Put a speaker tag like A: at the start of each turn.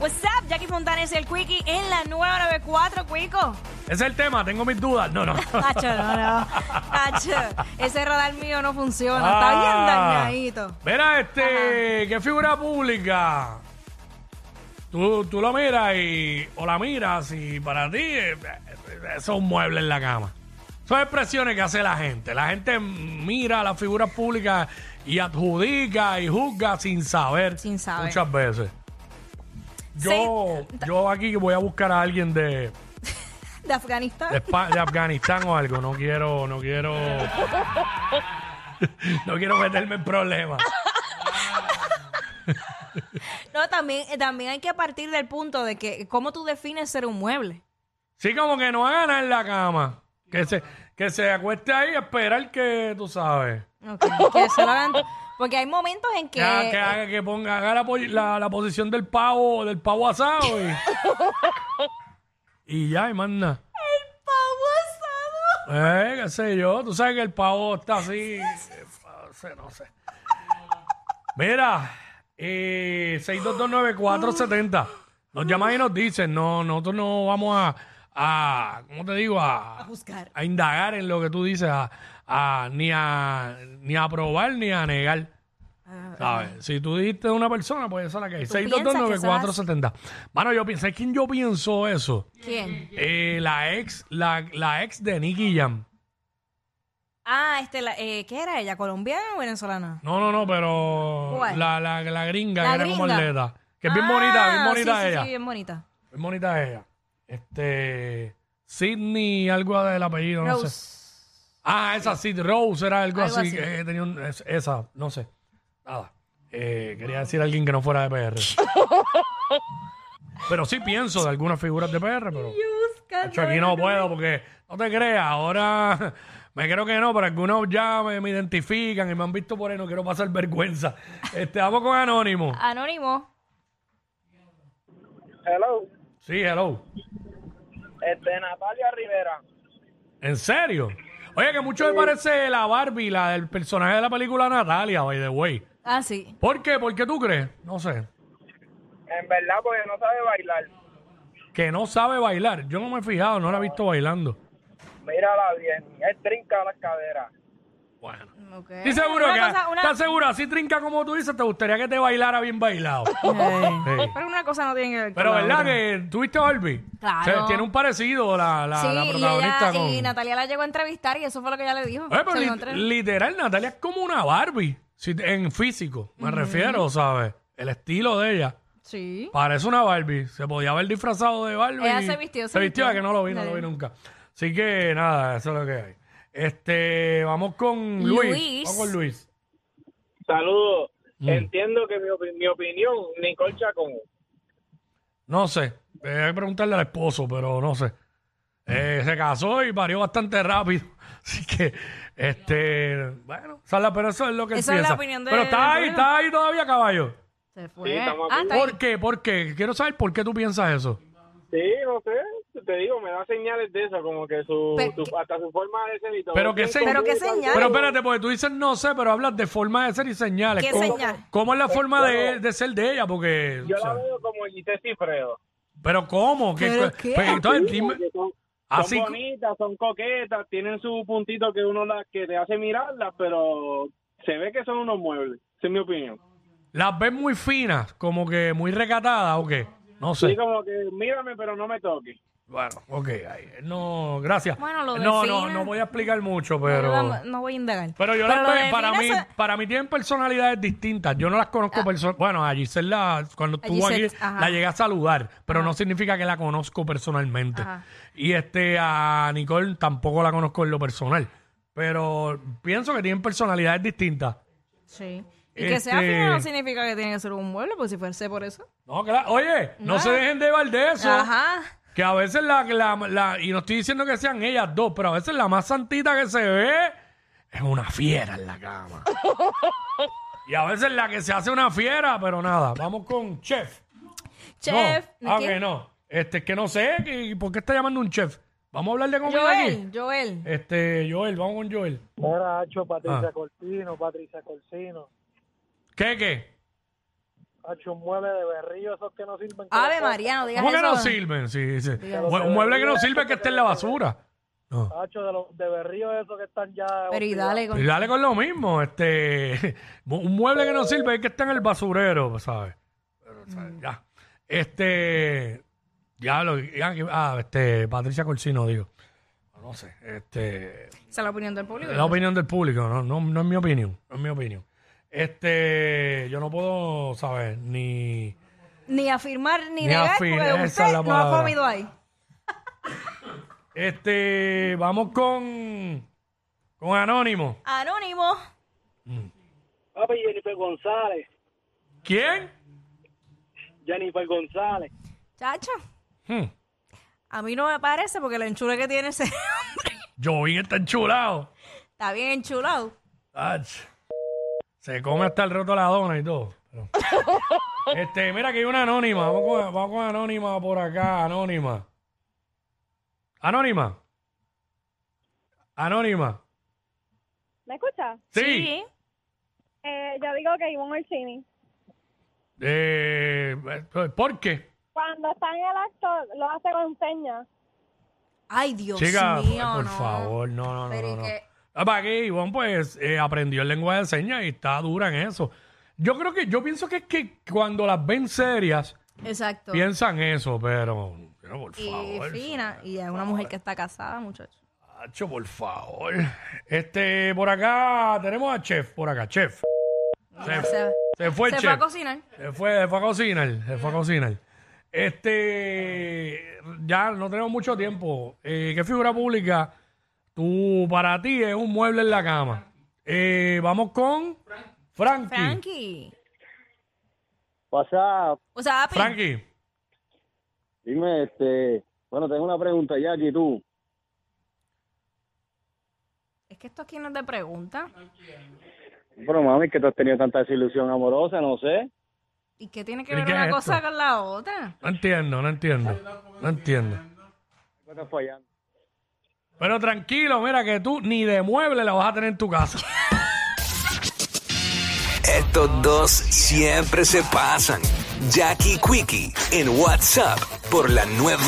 A: What's up, Jackie Fontanes, el Quickie en la 994, Quico.
B: Ese es el tema, tengo mis dudas. No, no.
A: Tacho, no, no. Tacho, ese radar mío no funciona. Está bien dañadito.
B: Ah. Mira, este, qué figura pública. Tú, tú lo miras y, o la miras y para ti eh, eso es un mueble en la cama. Son expresiones que hace la gente. La gente mira a las figuras públicas y adjudica y juzga sin saber.
A: Sin saber.
B: Muchas veces. Yo, yo aquí voy a buscar a alguien de,
A: De Afganistán.
B: de, Espa- de Afganistán o algo. No quiero, no quiero. No quiero meterme en problemas.
A: No, también, eh, también hay que partir del punto de que cómo tú defines ser un mueble.
B: Sí, como que no hagan nada en la cama. Que se, que se acueste ahí a esperar que, tú sabes,
A: Ok, que se lo hagan- Porque hay momentos en que.
B: que, haga- que, haga- que ponga haga la, po- la- la posición del pavo, del pavo asado y, y ya, y más nada.
A: Pavo
B: Eh, qué sé yo, tú sabes que el pavo está así, eh, no sé, no sé. Mira, eh, 6229470, nos llaman y nos dicen, no, nosotros no vamos a, a ¿cómo te digo? A,
A: buscar.
B: a indagar en lo que tú dices, a, a- ni a ni a aprobar ni a negar.
A: Ah,
B: ¿Sabes? Si tú dijiste de una persona, pues esa es la que hay.
A: piensas que eso
B: 6229470. Bueno, yo pienso, ¿sabes quién yo pienso eso?
A: ¿Quién?
B: Eh, la ex, la, la ex de Nicky Jam.
A: Ah, este, la, eh, ¿qué era ella? ¿Colombiana o venezolana?
B: No, no, no, pero
A: ¿Cuál?
B: la, la, la gringa
A: La
B: que era como
A: gringa.
B: atleta. Que es bien
A: Ah,
B: bonita, bien bonita
A: sí, sí,
B: ella.
A: Sí, bien bonita.
B: Bien bonita ella. Este. Sidney, algo del apellido, no sé.
A: Rose.
B: Ah, esa sí, Rose era algo,
A: Algo
B: así,
A: así.
B: que tenía un- es- esa, no sé. Nada. Eh, quería decir a alguien que no fuera de PR. pero sí pienso de algunas figuras de PR, pero hecho, aquí no puedo porque no te creas, ahora me creo que no, pero algunos ya me, me identifican y me han visto por ahí, no quiero pasar vergüenza. Este, vamos con Anónimo.
A: Anónimo.
C: Hello,
B: Sí, hello.
C: este Natalia Rivera.
B: ¿En serio? Oye, que mucho me parece la Barbie, la del personaje de la película Natalia, by the way.
A: Ah, sí.
B: ¿Por qué? ¿Por qué tú crees? No sé.
C: En verdad, porque no sabe bailar.
B: que no sabe bailar. Yo no me he fijado, no la he visto bailando.
C: Mírala bien, él trinca las caderas.
B: Bueno.
A: Okay.
B: ¿Estás seguro
A: Eh, Una
B: que
A: cosa- una-
B: estás seguro? Así trinca como tú dices, te gustaría que te bailara bien bailado.
A: Eh,
B: Sí.
A: Pero una cosa no tiene que ver con
B: Pero
A: la
B: verdad
A: otra.
B: que tuviste a Barbie.
A: Claro.
B: Se- tiene un parecido la, la,
A: Sí,
B: la
A: y,
B: protagonista
A: ella,
B: con.
A: y Natalia la llegó a entrevistar y eso fue lo que ella le dijo.
B: Oye, pero
A: Se
B: li-
A: lo encontré.
B: literal, Natalia es como una Barbie. si te- en físico, me refiero, ¿sabes? El estilo de ella.
A: sí.
B: Parece una Barbie. Se podía haber disfrazado de Barbie.
A: Ella se vistió, se
B: Se vistió,
A: vistió.
B: es que no lo vi, no lo vi nunca. Así que nada, eso es lo que hay. Este, vamos con Luis.
A: Luis.
B: Vamos con Luis.
C: Saludos.
B: Mm.
C: Entiendo que mi, opi- mi opinión, Nicole Chacón.
B: No sé. eh, hay que preguntarle al esposo, pero no sé. Eh,
C: Mm.
B: se casó y parió bastante rápido. Así que, este, bueno, o sea, la- pero eso es lo que él
A: Esa es la
B: piensa.
A: opinión de-
B: Pero está
A: de
B: ahí,
A: Luis.
B: está ahí todavía, caballo.
A: Se fue.
C: Sí, estamos
A: ah,
C: aquí.
A: está ahí.
B: ¿Por qué? ¿Por qué? Quiero saber por qué tú piensas eso.
C: Sí, no sé, te digo, me da señales de eso, como que su,
A: Pero
C: su-
A: que-
C: hasta su forma de ser y todo.
B: Pero qué
C: Sí,
B: se-
A: Pero qué
C: sí,
A: señal.
B: Pero espérate, porque tú dices no sé, pero hablas de forma de ser y señales.
A: ¿Qué
B: ¿Cómo,
A: señal?
B: cómo es la forma de, de ser de ella? Porque.
C: Yo
B: o sea,
C: la veo como Giselle Cifredo.
B: pero ¿cómo? ¿Qué-
A: ¿Pero
B: cu-
A: qué?
B: pues, entonces, dime-
C: Ah, Porque Son, son
B: así,
C: bonitas, son coquetas, tienen su puntito que uno las que te hace mirarlas, pero se ve que son unos muebles. Esa es mi opinión.
B: las ves muy finas, como que muy recatadas o qué. No sé.
C: Sí, como que mírame, pero no me toques.
B: Bueno, ok. ahí. No, gracias.
A: Bueno, lo de
B: no, no,
A: fina-
B: no voy a explicar mucho,
A: No,
B: pero.
A: no, no voy a indagar.
B: Pero yo las
A: lo
B: veo-
A: de
B: para mí,
A: Fina se- Ah.
B: para mí tienen personalidades distintas. Yo no las conozco perso- Bueno, a Giselle la- cuando
A: A
B: estuvo
A: Giselle,
B: aquí
A: ajá.
B: la llegué a saludar, pero no significa que la conozco personalmente.
A: Ajá.
B: Y este a Nicole tampoco la conozco en lo personal. Pero pienso que tienen personalidades distintas.
A: Sí. Y que sea
B: Este-
A: fina no significa que tiene que ser un mueble, pues si fuese por eso.
B: No, claro. Oye, no se dejen de llevar de eso.
A: Ajá.
B: Que a veces la, la, la- y no estoy diciendo que sean ellas dos, pero a veces la más santita que se ve es una fiera en la cama. y a veces la que se hace una fiera, pero nada, vamos con chef.
A: Chef.
B: no, ah,
A: ¿quién?
B: que no. Este, que no sé, que- ¿por qué está llamando un chef? Vamos a hablar de comida aquí.
A: Joel, Joel.
B: Este, Joel, vamos con Joel.
D: Hola, Hacho, Patricia
B: Ah.
D: Cortino, Patricia Cortino.
B: ¿Qué, qué?
D: Hacho, un mueble de berrillo, esos que no sirven. que
A: Ave
D: los
A: María, no digas
B: ¿Cómo que
A: eso.
B: no sirven? Sí, sí.
A: Dios.
B: Mue- Un mueble que no sirve que esté en la basura. No.
D: botan. Hacho, de los de berrillo esos que están ya.
A: Pero y
D: oxidados.
A: dale
B: Y
A: con...
B: dale con lo mismo, este, un mueble que no sirve es que está en el basurero, pues, ¿sabes? Pero, ¿sabes? Ya, este, ya lo, ya que- ah, este, Patricia Corsino digo, no sé, este,
A: Esa es la opinión del público.
B: la opinión del público, no, no, no es mi opinión, no es mi opinión. Este, yo no puedo, ¿sabes? Ni,
A: Ni afirmar ni,
B: Ni
A: negar
B: afir-
A: porque
B: esa es
A: usted
B: la
A: no ha
B: palabra.
A: comido ahí.
B: este, vamos con, con Anónimo.
A: Anónimo.
D: Papi, Jennifer González.
B: ¿Quién?
D: Jennifer González.
A: Chacho,
B: Hmm,
A: a mí no me parece porque la enchula que tiene ese hombre
B: Yo vi está enchulado.
A: está bien enchulado.
B: Ach. Se come hasta el roto la dona y todo. Pero- este, mira que hay una anónima. Vamos con, vamos con anónima por acá, anónima. Anónima. Anónima.
E: ¿Me escucha?
B: Sí.
E: Eh, yo digo que Ivonne Orsini.
B: Eh, ¿Por qué?
E: Cuando está en el acto, lo hace con señas.
A: Ay, Dios
B: Chica,
A: mío,
B: por
A: no.
B: favor, no, no, no.
A: Pero ¿y
B: no, no.
A: qué?
B: Ah, Para que Ivonne, pues, eh, aprendió el lenguaje de señas y está dura en eso. Yo creo que, yo pienso que es que cuando las ven serias,
A: Exacto.
B: piensan eso, pero, pero por
A: y
B: favor.
A: fina. Y es una mujer que está casada, muchacho.
B: Hacho, por favor. Este, por acá tenemos a Chef, por acá, Chef.
A: Ya se,
B: Se fue,
A: se
B: Chef.
A: fue a cocinar.
B: se, fue, se fue a cocinar, se fue a cocinar. Este, ya no tenemos mucho tiempo. Eh, ¿Qué figura pública tú, para ti, es un mueble en la cama? Eh, vamos con Frankie. Frankie.
A: Frankie.
F: WhatsApp.
A: O sea, Api,
F: Dime, este. Bueno, tengo una pregunta, Jackie, tú.
A: es que esto aquí no es de pregunta.
F: Pero mami, que tú has tenido tanta desilusión amorosa, no sé.
A: ¿Y qué tiene que
B: ¿Y
A: ver
B: qué es
A: una
B: esto?
A: cosa con la otra?
B: No entiendo, no entiendo. No entiendo.
F: ¿Qué estás fallando?
B: Pero tranquilo, mira que tú ni de mueble la vas a tener en tu casa.
G: Estos dos siempre se pasan. Jackie Quickie en WhatsApp por la nueva